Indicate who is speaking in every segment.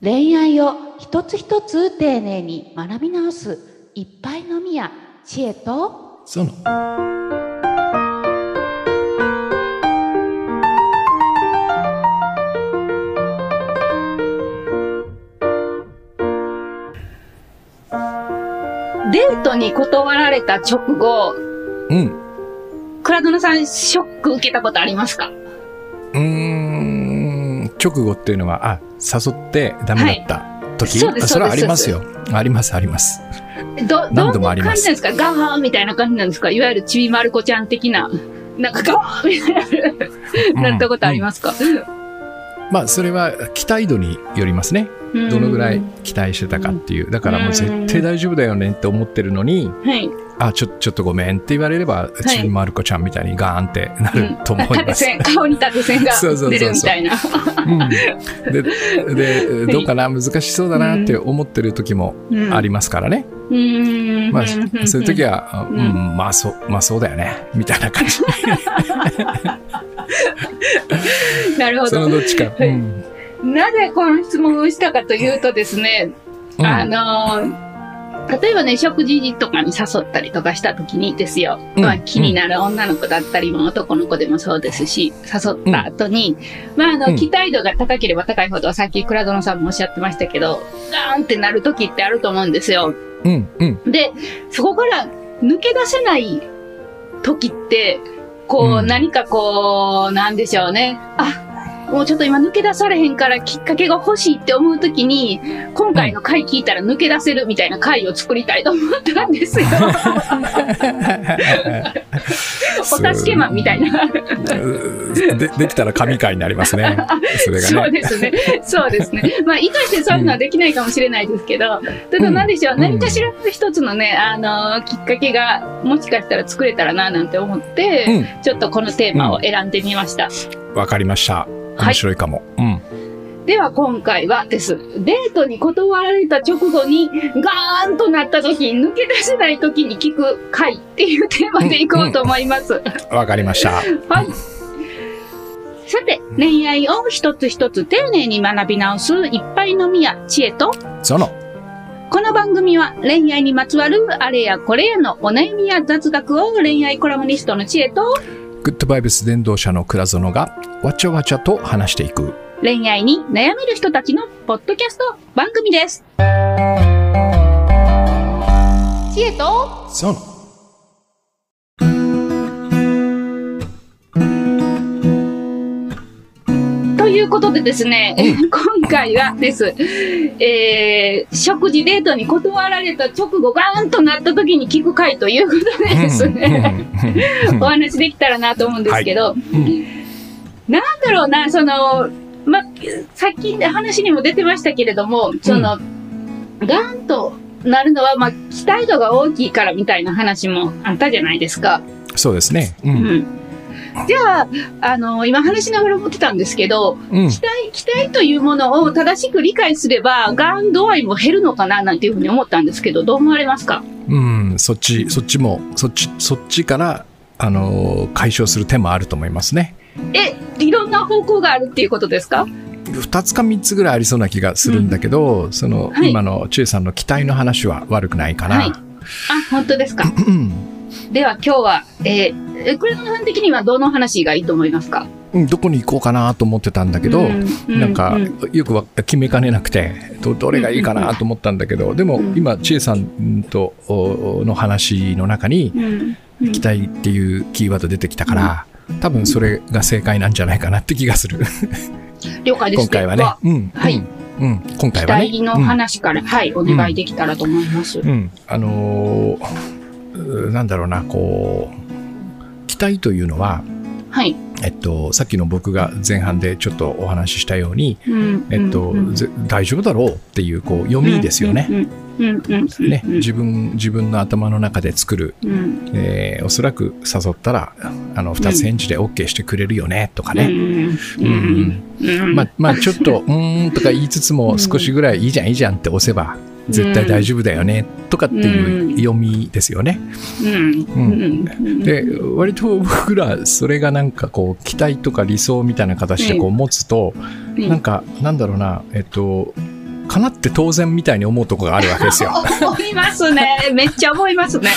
Speaker 1: 恋愛を一つ一つ丁寧に学び直すいっぱいのみや知恵と
Speaker 2: ゾノ
Speaker 3: デートに断られた直後、
Speaker 2: うん
Speaker 3: クラドナさん、ショック受けたことありますか
Speaker 2: うーん直後っていうのはあ誘ってダメだった、時
Speaker 3: そうです
Speaker 2: あそれは
Speaker 3: そう
Speaker 2: あ
Speaker 3: です
Speaker 2: りますよありますあります
Speaker 3: ど、ど
Speaker 2: 何
Speaker 3: うい
Speaker 2: 度
Speaker 3: う
Speaker 2: もあ
Speaker 3: 感じ
Speaker 2: りま
Speaker 3: なん
Speaker 2: す
Speaker 3: ですかガーンみたいな感じなんですかいわゆるちびまる子ちゃん的な、なんかガーンみたい な、なったことありますか、
Speaker 2: うんまあそれは期待度によりますね
Speaker 3: うん
Speaker 2: どのぐらい期待してたかっていうだからもう絶対大丈夫だよねって思ってるのに
Speaker 3: はい。
Speaker 2: あちょちょっとごめんって言われればちびまる子ちゃんみたいにガーンってなると思い
Speaker 3: 縦
Speaker 2: ます、
Speaker 3: 線、顔に縦線が
Speaker 2: そうそうそうそう
Speaker 3: 出るみたいな。
Speaker 2: うんででどうかな難しそうだなって思ってる時も
Speaker 3: うん
Speaker 2: ありますからね、
Speaker 3: うーん。
Speaker 2: まあ、
Speaker 3: ん
Speaker 2: そういう時。は、うんん、まあそう、まあそうだよね、みたいな感じ。
Speaker 3: なるほ
Speaker 2: そ
Speaker 3: ど
Speaker 2: の。どっちか。
Speaker 3: はい
Speaker 2: うん
Speaker 3: なぜこの質問をしたかというとですね、
Speaker 2: うん
Speaker 3: あのー例えばね、食事とかに誘ったりとかした時にですよ、
Speaker 2: うん
Speaker 3: まあ、気になる女の子だったりも男の子でもそうですし、誘った後に、まあ、あ
Speaker 2: うん
Speaker 3: の、期待度が高ければ高いほど、さっき倉園さんもおっしゃってましたけど、ガーンってなる時ってあると思うんですよ。
Speaker 2: うん、うん、
Speaker 3: で、そこから抜け出せない時って、こ
Speaker 2: う
Speaker 3: う、
Speaker 2: ん
Speaker 3: 何かこう、なんでしょうね。あ、もうちょっと今抜け出されへんからきっかけが欲しいって思う時に、今回の回聞いたら抜け出せるみたいな回を作りたいと思ったん ですよ。お助けマンみたいな。
Speaker 2: うん。で、できたら神回になりますね。それ
Speaker 3: そ
Speaker 2: が
Speaker 3: う
Speaker 2: ね。
Speaker 3: ですね。そうですね。まあ、意図してそういうのはできないかもしれないですけど、た
Speaker 2: う
Speaker 3: だ
Speaker 2: ん
Speaker 3: 何でしょう、
Speaker 2: うん
Speaker 3: 何かしら一つのね、あのきっかけが、もしかしたら作れたらな、なんて思って、
Speaker 2: う
Speaker 3: ちょっとこのテーマを選んでみました。
Speaker 2: ん、わかりました。面白いかも。うん。
Speaker 3: では今回はです。デートに断られた直後にガーンとなった時、抜け出せない時に聞く回っていうテーマでいこうと思います。
Speaker 2: わかりました。
Speaker 3: はい。さて、恋愛を一つ一つ丁寧に学び直すいっぱいのみや知恵と、
Speaker 2: その、
Speaker 3: この番組は恋愛にまつわるあれやこれやのお悩みや雑学を恋愛コラムニストの知恵と、
Speaker 2: グッドバイブス伝道者の倉園が、わちゃわちゃと話していく。
Speaker 3: 恋愛に悩める人たちのポッドキャスト番組です。知恵と
Speaker 2: その、
Speaker 3: ということでですね、今回はです、えー、食事デートに断られた直後ガーンとなった時に聞く回ということでですね、
Speaker 2: うんうん
Speaker 3: お話できたらなと思うんですけど、
Speaker 2: うん
Speaker 3: なんだろうな、その、ま、さっき話にも出てましたけれども、その、ガーンとなるのは、ま、期待度が大きいからみたいな話もあったじゃないですか。
Speaker 2: そうですね。う、
Speaker 3: うんん。じゃあ、あの、今話しながら思ってたんですけど、
Speaker 2: うん。
Speaker 3: 期待、期待というものを正しく理解すれば、ガン度合いも減るのかな、なんていうふうに思ったんですけど、どう思われますか
Speaker 2: うん、そっち、そっちも、そっち、そっちから、あのー解消する手もあると思いますね。
Speaker 3: え、いろんな方向があるっていうことですか
Speaker 2: 2つか3つぐらいありそうな気がするんだけど、その、
Speaker 3: はい
Speaker 2: 今のちえさんの期待の話は悪くないかな。
Speaker 3: はいあ、本当ですか。
Speaker 2: うん
Speaker 3: では今日は、えー、ウクライナさん的にはどの話がいいと思いますか
Speaker 2: うん、どこに行こうかなと思ってたんだけど、
Speaker 3: うん
Speaker 2: なんか
Speaker 3: う
Speaker 2: よくわ決めかねなくてどどれがいいかなと思ったんだけどでも
Speaker 3: うん
Speaker 2: 今ちえさんとおの話の中に
Speaker 3: うんうん
Speaker 2: 期待っていうキーワード出てきたから多分それが正解なんじゃないかなって気がする
Speaker 3: 了解です
Speaker 2: 今回はね
Speaker 3: で。
Speaker 2: うん
Speaker 3: はい
Speaker 2: うんうん、今回
Speaker 3: 期
Speaker 2: はね。
Speaker 3: 待の話から、はい、お願いできたらと思います。
Speaker 2: うん、あのーうーなんだろうな、こう、期待というのは、
Speaker 3: はい。
Speaker 2: えっと、さっきの僕が前半でちょっとお話ししたように、
Speaker 3: うん
Speaker 2: えっと、
Speaker 3: うん
Speaker 2: ぜ大丈夫だろうっていう、こう、読みですよね。。
Speaker 3: うんうんうんうんうん。
Speaker 2: ね、自分、自分の頭の中で作る、
Speaker 3: うん
Speaker 2: えーおそらく誘ったら、あの、二つ返事で OK してくれるよね、とか
Speaker 3: う
Speaker 2: ね。
Speaker 3: んうんうんうん
Speaker 2: まあ、まあ、ちょっと、うーんとか言いつつ
Speaker 3: う
Speaker 2: も、
Speaker 3: ん
Speaker 2: 少しぐらいいいじゃん、いいじゃんって押せば、絶対大丈夫だよね、とかっていう読みですよね。
Speaker 3: うんうんうん
Speaker 2: で割と僕らそれがなんかこう期待とか理想みたいな形でこう持つと、
Speaker 3: うん
Speaker 2: なんかなんだろうなえっとかなって当然みたいに思うとこがあるわけです よ。
Speaker 3: 思いますね。めっちゃ思います ね。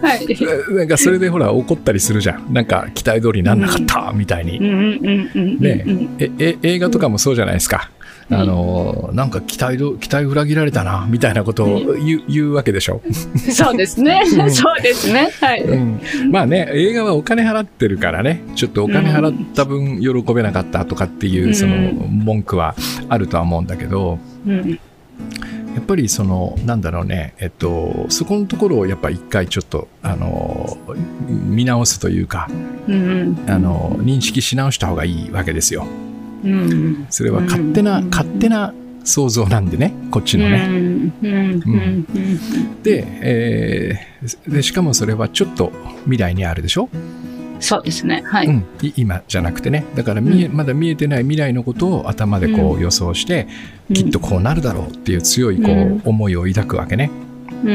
Speaker 3: はい。
Speaker 2: なんかそれでほら怒ったりするじゃん。なんか期待通りになんなかったみたいに
Speaker 3: う。んうんうんうん。
Speaker 2: ね
Speaker 3: うん
Speaker 2: ええ映画とかもそうじゃないですか。
Speaker 3: うん
Speaker 2: あのなんか期待ど期待裏切られたなみたいなことを言う,、言うわけでしょ、
Speaker 3: そうですね。そうですね。は
Speaker 2: う
Speaker 3: い。
Speaker 2: ん、 まあね映画はお金払ってるからねちょっとお金払った分喜べなかったとかっていううんその文句はあるとは思うんだけど
Speaker 3: うん
Speaker 2: やっぱりそのなんだろうねえっとそこのところをやっぱ一回ちょっとあの見直すというか
Speaker 3: うん
Speaker 2: あの認識し直した方がいいわけですよ
Speaker 3: うん。
Speaker 2: それは勝手な
Speaker 3: うん
Speaker 2: 勝手な想像なんでねこっち
Speaker 3: うん
Speaker 2: のね、
Speaker 3: うんうん
Speaker 2: で,、えーでしかもそれはちょっと未来にあるでしょ、
Speaker 3: うんそうですね。は
Speaker 2: う
Speaker 3: い。
Speaker 2: ん、い今じゃなくてねだから見え、まだ見えてない未来のことを頭でこ
Speaker 3: う
Speaker 2: う予想して、きっとこうなるだろうっていう強いこ
Speaker 3: うん
Speaker 2: う思いを抱くわけね
Speaker 3: うんうん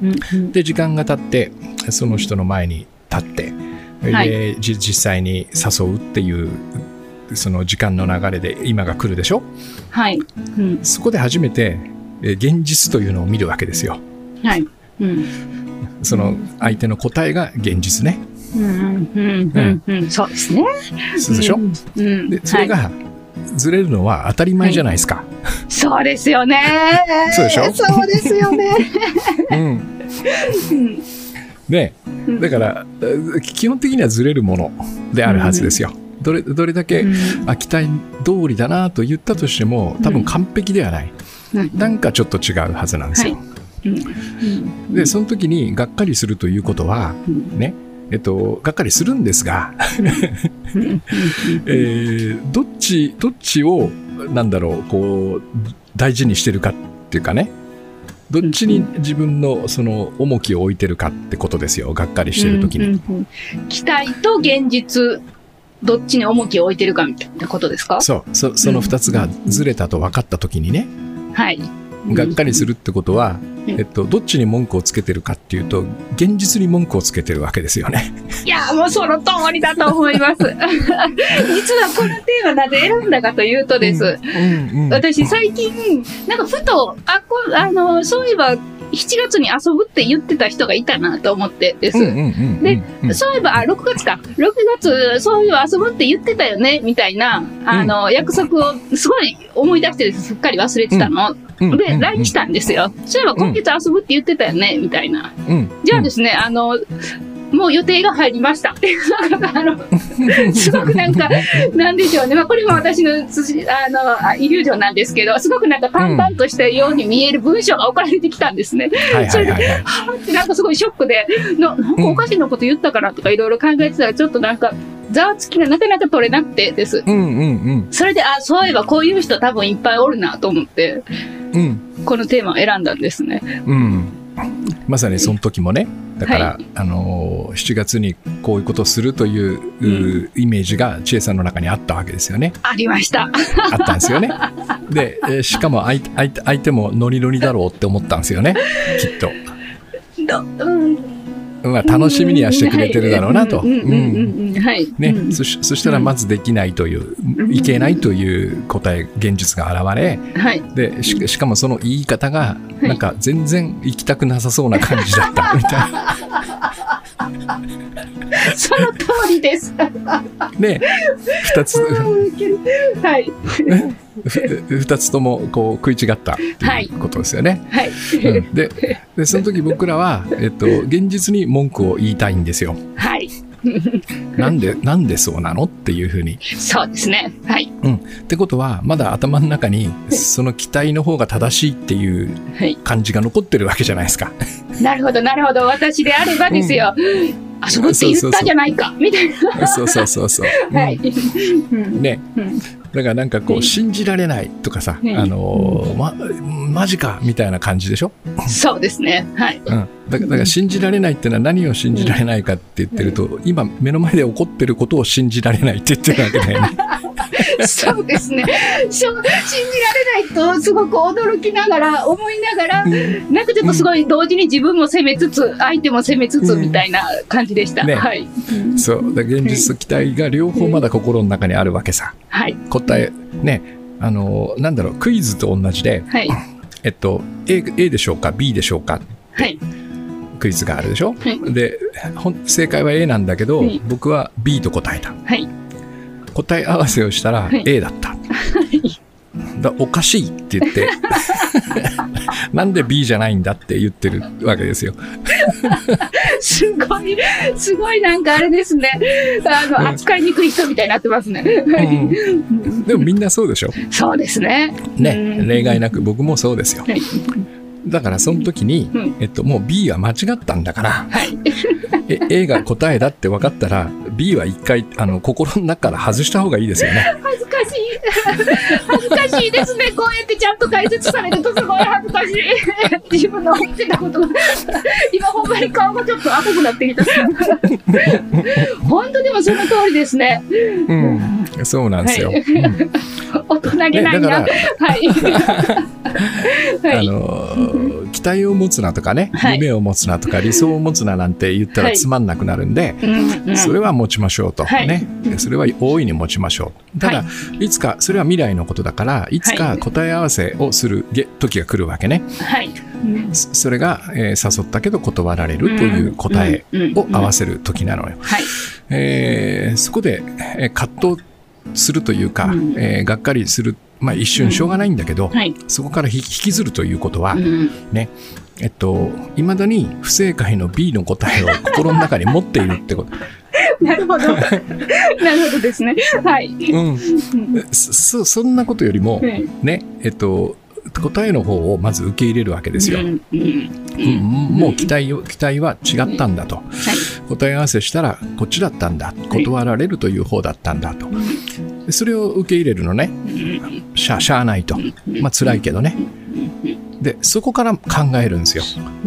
Speaker 3: うんうん
Speaker 2: で時間が経ってその人の前に立って、
Speaker 3: はい
Speaker 2: でじ実際に誘うっていうその時間の流れで今が来るでしょ
Speaker 3: はい。うん
Speaker 2: そこで初めてえー現実というのを見るわけですよ
Speaker 3: はい。うん
Speaker 2: その相手の答えが現実ね
Speaker 3: うんうんうんうんうんそうですね。
Speaker 2: そうでしょ、
Speaker 3: うんうん
Speaker 2: でそれがずれるのは当たり前じゃないですか。
Speaker 3: そうですよね。
Speaker 2: そうでしょ
Speaker 3: そうですよね。
Speaker 2: うんね だからえー基本的にはずれるものであるはずですよ。どれどれだけ、あ期待通りだなと言ったとしても多分完璧ではない、
Speaker 3: うん
Speaker 2: なんかちょっと違うはずなんですよ。
Speaker 3: うん
Speaker 2: でその時にがっかりするということは
Speaker 3: うん
Speaker 2: ねえっと、がっかりするんですが、
Speaker 3: うん
Speaker 2: えーどっちどっちをなんだろうこう大事にしてるかっていうかねどっちに自分のその重きを置いてるかってことですよがっかりしてる時に、
Speaker 3: うんうんうん期待と現実どっちに重きを置いてるかみたいなことですか
Speaker 2: そうそその2つがずれたと分かった時にね
Speaker 3: はい
Speaker 2: がっかりするってことは、
Speaker 3: うん
Speaker 2: えっと、どっちに文句をつけてるかっていうと現実に文句をつけてるわけですよね。
Speaker 3: いやもうその通りだと思います 実はこのテーマなぜ選んだかというとです、
Speaker 2: うんうん
Speaker 3: 私最近なんかふとあこあのそういえば7月に遊ぶって言ってた人がいたなと思ってです、
Speaker 2: うんうんうん
Speaker 3: で
Speaker 2: うん
Speaker 3: そういえば、あ、6月か。6月、そういえば遊ぶって言ってたよね、みたいな、あの、約束をすごい思い出してです。すっかり忘れてたの。
Speaker 2: うんうん
Speaker 3: で、LINE したんですよ。そういえば、今月遊ぶって言ってたよね、みたいな。
Speaker 2: うん
Speaker 3: じゃあですね、あの、もう予定が入りましたっていうのが、あの、すごくなんか、なんでしょうね。まあ、これも私の筋、あの、あイリュージョンなんですけど、すごくなんか淡々としたように見える文章が送られてきたんですね。
Speaker 2: はいはいはいはい
Speaker 3: なんかすごいショックで、ななんかおかしなこと言ったからとかいろいろ考えてたら、ちょっとなんか、ざわつきがなかなか取れなくてです。
Speaker 2: うんうん
Speaker 3: それで、あ、そういえばこういう人多分いっぱいおるなと思って、
Speaker 2: うんうん
Speaker 3: このテーマを選んだんですね。
Speaker 2: うんまさにその時もねだから、
Speaker 3: は
Speaker 2: あのー7月にこういうことをするといううイメージが千恵さんの中にあったわけですよね
Speaker 3: ありました。
Speaker 2: あったんですよねでえーしかも相手相手相手もノリノリだろうって思ったんですよねきっと。
Speaker 3: どうん
Speaker 2: まあ、楽しみにはしてくれてるだろうなと。
Speaker 3: うんうんうん
Speaker 2: うん
Speaker 3: うんうんはい。
Speaker 2: ね
Speaker 3: うん
Speaker 2: そしそしたらまずできないという、いけないという答え現実が現れ
Speaker 3: はい。
Speaker 2: でししかもその言い方が
Speaker 3: い
Speaker 2: なんか全然行きたくなさそうな感じだったみたいな。
Speaker 3: その通りです。
Speaker 2: で2つ
Speaker 3: はい。
Speaker 2: ふ二つともこう食い違ったっていうことですよね。
Speaker 3: はい。
Speaker 2: うんででその時僕らは、えっと、現実に文句を言いたいんですよ。
Speaker 3: はい。
Speaker 2: なんでなんでそうなのっていうふうに。
Speaker 3: そうですね。はい。
Speaker 2: ってことはまだ頭の中にその期待の方が正しいっていう
Speaker 3: はい。
Speaker 2: 感じが残ってるわけじゃないで すか。
Speaker 3: なるほど、なるほど。私であればですよ。あそこって言ったじゃないか。みたいな。
Speaker 2: そうそうそうそう。
Speaker 3: はい。
Speaker 2: うんね、
Speaker 3: うん
Speaker 2: だからなんかこ
Speaker 3: うん
Speaker 2: う信じられないとかさ、
Speaker 3: うん
Speaker 2: あのーまマジかみたいな感じでしょ。
Speaker 3: そうですね。はい。
Speaker 2: うん。だからだから信じられないってのは何を信じられないかって言ってると、今目の前で起こってることを信じられないって言ってるわけだよね。
Speaker 3: そうですね。そう、信じられないと、すごく驚きながら、思いながら、なんかちょっとすごい同時に自分も責めつつ、相手も責めつつ、
Speaker 2: うん
Speaker 3: みたいな感じでした。
Speaker 2: ね
Speaker 3: はい。
Speaker 2: そう。だから現実と期待が両方まだ心の中にあるわけさ。
Speaker 3: はい。
Speaker 2: 答えね。あの、なんだろう、クイズと同じで、
Speaker 3: はい。
Speaker 2: えっと、A, A でしょうか ?B でしょうか
Speaker 3: はい。
Speaker 2: クイズがあるでしょ、
Speaker 3: は
Speaker 2: でほん正解は A なんだけど、
Speaker 3: はい
Speaker 2: 僕は B と答えた
Speaker 3: はい。
Speaker 2: 答え合わせをしたら
Speaker 3: はい
Speaker 2: A だった、だおかしいって言って なんで B じゃないんだって言ってるわけですよ
Speaker 3: すごい、すごいなんかあれですね。あの、扱いにくい人みたいになってますね。
Speaker 2: うんでもみんなそうでしょ
Speaker 3: そうですね。
Speaker 2: ね
Speaker 3: うん
Speaker 2: 例外なく僕もそうですよ
Speaker 3: はい。
Speaker 2: だからその時に、
Speaker 3: うん
Speaker 2: えっと、もう B は間違ったんだから、
Speaker 3: はい。
Speaker 2: え A が答えだって分かったら B は一回あの心の中から外した方がいいですよね
Speaker 3: 恥ずかしい。恥ずかしいですね。こうやってちゃんと解説されるとすごい恥ずかしい。自分の思ってたことが、今ほんまに顔がちょっと赤くなってきた。本当でもその通りですね。
Speaker 2: うん、そうなんですよ。
Speaker 3: はい
Speaker 2: うんね
Speaker 3: 大人げないな。
Speaker 2: だか
Speaker 3: はい。は
Speaker 2: ら、あ
Speaker 3: い。
Speaker 2: の ー期待を持つなとかね、
Speaker 3: はい
Speaker 2: 夢を持つなとか理想を持つななんて言った
Speaker 3: は
Speaker 2: ら
Speaker 3: い
Speaker 2: つまんなくなるんで、
Speaker 3: うんうん
Speaker 2: それは持ちましょうと、
Speaker 3: はい
Speaker 2: ね、それは大いに持ちましょう。ただ、い、つかそれは未来のことだから、いつ
Speaker 3: は
Speaker 2: か
Speaker 3: い
Speaker 2: 答え合わせをするげ時が来るわけね。
Speaker 3: はい。
Speaker 2: そそれが、えー誘ったけど断られるという答えを合わせる時なのよ。
Speaker 3: はい。
Speaker 2: えーそこで、えー葛藤するというか、
Speaker 3: うん
Speaker 2: えーがっかりする、まあ、一瞬しょうがないんだけど、
Speaker 3: はい。
Speaker 2: そこからひ引きずるということは、
Speaker 3: うん
Speaker 2: えっと、いまだに不正解の B の答えを心の中に持っているってこと。
Speaker 3: なるほど。なるほどですね。はい。
Speaker 2: うん。そ、そそんなことよりも、
Speaker 3: うん
Speaker 2: ね、えっと、答えの方をまず受け入れるわけですよ。
Speaker 3: うんうん
Speaker 2: うんもう期待を、期待は違ったんだと。
Speaker 3: はい。
Speaker 2: 答え合わせしたら、こっちだったんだ。断られるという方だったんだと。でそれを受け入れるのね。しゃ、しゃあないと。まあ、辛いけどね。で、そこから考えるんですよ。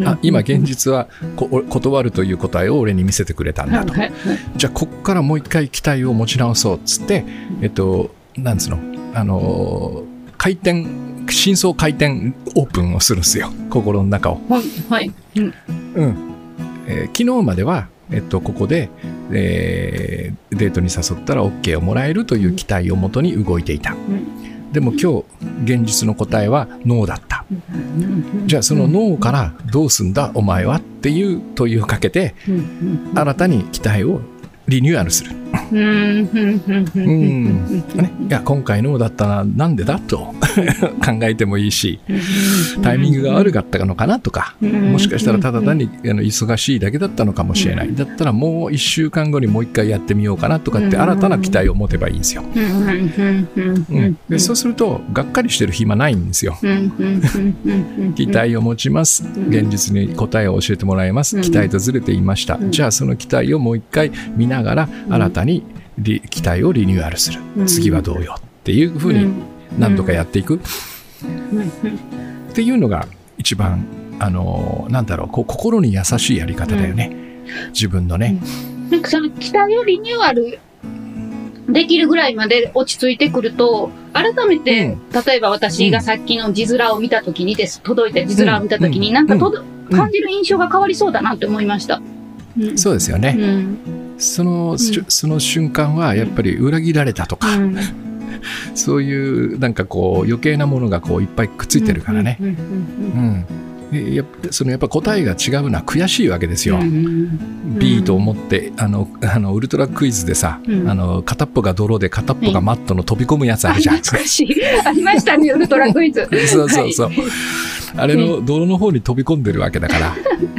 Speaker 2: あ今現実はこお断るという答えを俺に見せてくれたんだと、
Speaker 3: はい
Speaker 2: じゃあこっからもう一回期待を持ち直そうっつってえっとなんつうのあのー回転真相回転オープンをするんですよ心の中を、
Speaker 3: はいはい
Speaker 2: うんえー昨日までは、えっと、ここで、えーデートに誘ったら OK をもらえるという期待をもとに動いていた、でも今日現実の答えはノーだったじゃあその脳からどうすんだお前はっていう問いをかけて
Speaker 3: うんうん
Speaker 2: 新たに期待をリニューアルする。
Speaker 3: うんうんうん
Speaker 2: うんね、いや今回のだったななんでだと考えてもいいしタイミングが悪かったのかなとか
Speaker 3: うん
Speaker 2: もしかしたらただ単にあの忙しいだけだったのかもしれないだったらもう1週間後にもう1回やってみようかなとかって
Speaker 3: うん
Speaker 2: 新たな期待を持てばいいんですよ。
Speaker 3: うんうんうん
Speaker 2: う
Speaker 3: うん
Speaker 2: ん、でそうするとがっかりしてる暇ないんですよ。
Speaker 3: うんうんうんうん
Speaker 2: 期待を持ちます。現実に答えを教えてもらいます。
Speaker 3: うん
Speaker 2: 期待とずれていました。
Speaker 3: うん
Speaker 2: じゃあその期待をもう一回見ながら
Speaker 3: ん
Speaker 2: 新たにリ期待をリニューアルする。
Speaker 3: うん
Speaker 2: 次はどうよっていうふう
Speaker 3: う
Speaker 2: に
Speaker 3: ん
Speaker 2: 何度かやっていくっ
Speaker 3: うん
Speaker 2: ていうのが一番、あのーなんだろう、こう心に優しいやり方だよね。自分のね。
Speaker 3: なんかその期待をリニューアルできるぐらいまで落ち着いてくると、改めて、例えば私がさっきの字面を見たときにです、届いた字面を見たときに、
Speaker 2: うん
Speaker 3: なんかとど、
Speaker 2: ん
Speaker 3: 感じる印象が変わりそうだなって思いました。うん
Speaker 2: そうですよ
Speaker 3: う
Speaker 2: ね。
Speaker 3: ん
Speaker 2: その、しゅその瞬間はやっぱり裏切られたとか、
Speaker 3: うん
Speaker 2: そういうなんかこう余計なものがこういっぱいくっついてるからね。
Speaker 3: うんうん
Speaker 2: うん、でやっぱそのやっぱ答えが違うのは悔しいわけです
Speaker 3: う
Speaker 2: よ。
Speaker 3: んうん。
Speaker 2: B と思ってあのあのウルトラクイズでさ、
Speaker 3: うん
Speaker 2: あの片っぽが泥で片っぽがマットの飛び込むやつ
Speaker 3: あ
Speaker 2: あるじゃん。
Speaker 3: 懐かしい。ありましたね、ウルトラクイズ。
Speaker 2: そうそうそう。あれの泥の方に飛び込んでるわけだから、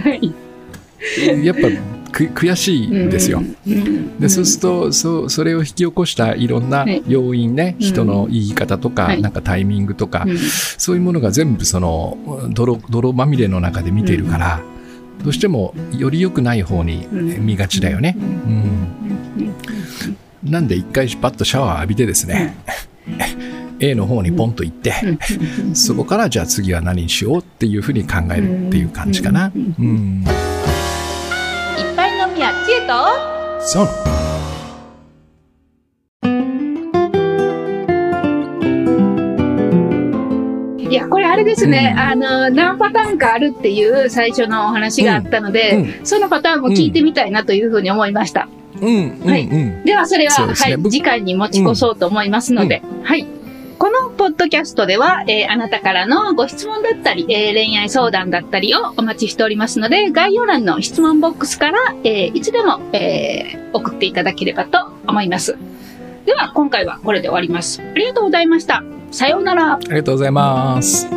Speaker 3: はい。
Speaker 2: やっぱく悔しいんですよ。
Speaker 3: うん。
Speaker 2: でそうするとそうそれを引き起こしたいろんな
Speaker 3: はい
Speaker 2: 要因ね、
Speaker 3: うん
Speaker 2: 人の言い方とか、
Speaker 3: はい
Speaker 2: なんかタイミングとか、
Speaker 3: うん
Speaker 2: そういうものが全部その泥泥まみれの中で見ているから、どうしてもより良くない方に
Speaker 3: うん
Speaker 2: 見がちだよね。
Speaker 3: うん
Speaker 2: うんなんで一回パッとシャワー浴びてですね、A の方にポンと行って、そこからじゃあ次は何にしようっていうふうに考えるっていう感じかな。うん。
Speaker 1: いっぱい飲みや知恵と
Speaker 2: そう。
Speaker 3: いや、これあれですね、
Speaker 2: うん
Speaker 3: あの、何パターンかあるっていう最初のお話があったので、
Speaker 2: うん
Speaker 3: そのパターンも聞いてみたいなというふうに思いました。
Speaker 2: うん、うん、
Speaker 3: はい
Speaker 2: うん。
Speaker 3: では、それは、
Speaker 2: そうです
Speaker 3: は
Speaker 2: ね
Speaker 3: い、
Speaker 2: 僕
Speaker 3: 次回に持ち越そうと思いますので、はい。このポッドキャストでは、えーあなたからのご質問だったり、えー恋愛相談だったりをお待ちしておりますので、概要欄の質問ボックスから、えーいつでも、えー送っていただければと思います。では、今回はこれで終わります。ありがとうございました。さようなら。
Speaker 2: ありがとうございます。